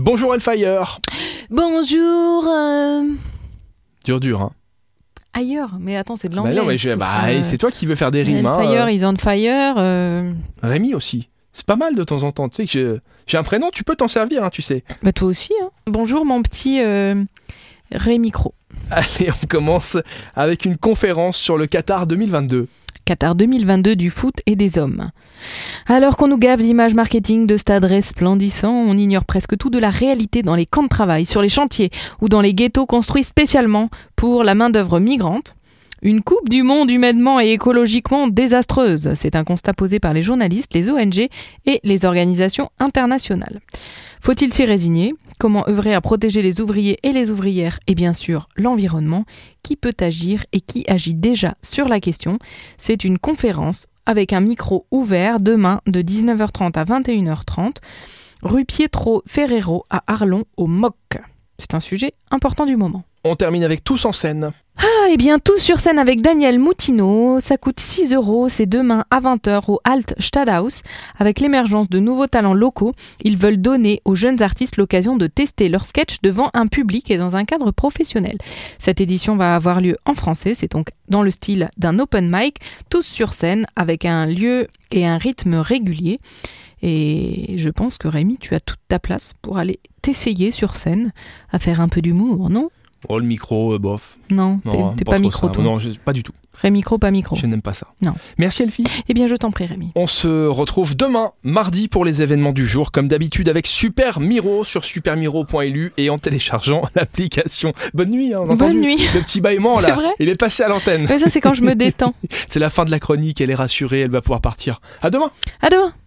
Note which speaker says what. Speaker 1: Bonjour Hellfire
Speaker 2: Bonjour. euh,
Speaker 1: Dur dur hein.
Speaker 2: Ailleurs. Mais attends, c'est de
Speaker 1: Bah
Speaker 2: l'anglais.
Speaker 1: non, mais je-
Speaker 2: Écoute,
Speaker 1: bah,
Speaker 2: euh,
Speaker 1: c'est toi qui veux faire des rimes. hein,
Speaker 2: Hellfire
Speaker 1: euh,
Speaker 2: is on fire. euh,
Speaker 1: Rémi aussi. C'est pas mal de temps en temps. Tu sais que je- j'ai un prénom, tu peux t'en servir, hein, tu sais.
Speaker 2: Bah toi aussi. hein. Bonjour mon petit euh, Rémicro.
Speaker 1: Allez, on commence avec une conférence sur le Qatar 2022.
Speaker 2: Qatar 2022 du foot et des hommes. Alors qu'on nous gave d'images marketing de stades resplendissants, on ignore presque tout de la réalité dans les camps de travail, sur les chantiers ou dans les ghettos construits spécialement pour la main-d'œuvre migrante. Une coupe du monde humainement et écologiquement désastreuse, c'est un constat posé par les journalistes, les ONG et les organisations internationales. Faut-il s'y résigner Comment œuvrer à protéger les ouvriers et les ouvrières et bien sûr l'environnement Qui peut agir et qui agit déjà sur la question c'est une conférence avec un micro ouvert demain de 19h30 à 21h30, rue Pietro Ferrero à Arlon au MOC. C'est un sujet important du moment.
Speaker 1: On termine avec Tous en scène.
Speaker 2: Ah, et bien tout sur scène avec Daniel Moutineau, ça coûte 6 euros, c'est demain à 20h au Alt Stadhaus. Avec l'émergence de nouveaux talents locaux, ils veulent donner aux jeunes artistes l'occasion de tester leurs sketchs devant un public et dans un cadre professionnel. Cette édition va avoir lieu en français, c'est donc dans le style d'un open mic, tous sur scène avec un lieu et un rythme régulier. Et je pense que Rémi, tu as toute ta place pour aller t'essayer sur scène à faire un peu d'humour, non
Speaker 1: Oh, le micro, euh, bof.
Speaker 2: non, t'es-
Speaker 1: Non,
Speaker 2: t'es
Speaker 1: pas,
Speaker 2: pas,
Speaker 1: trop
Speaker 2: micro,
Speaker 1: ça.
Speaker 2: toi.
Speaker 1: Non, je- pas du tout.
Speaker 2: Rémicro, pas micro.
Speaker 1: Je n'aime pas ça.
Speaker 2: Non.
Speaker 1: Merci Elfie.
Speaker 2: Eh bien, je t'en prie, Rémi.
Speaker 1: On se retrouve demain, mardi, pour les événements du jour, comme d'habitude avec Super Miro sur supermiro.lu et en téléchargeant l'application. Bonne nuit, hein, on a entendu
Speaker 2: Bonne nuit.
Speaker 1: Le petit bâillement
Speaker 2: C'est
Speaker 1: là,
Speaker 2: vrai
Speaker 1: il est passé à l'antenne.
Speaker 2: Mais ça, c'est quand je me détends.
Speaker 1: C'est la fin de la chronique, elle est rassurée, elle va pouvoir partir. À demain
Speaker 2: À demain.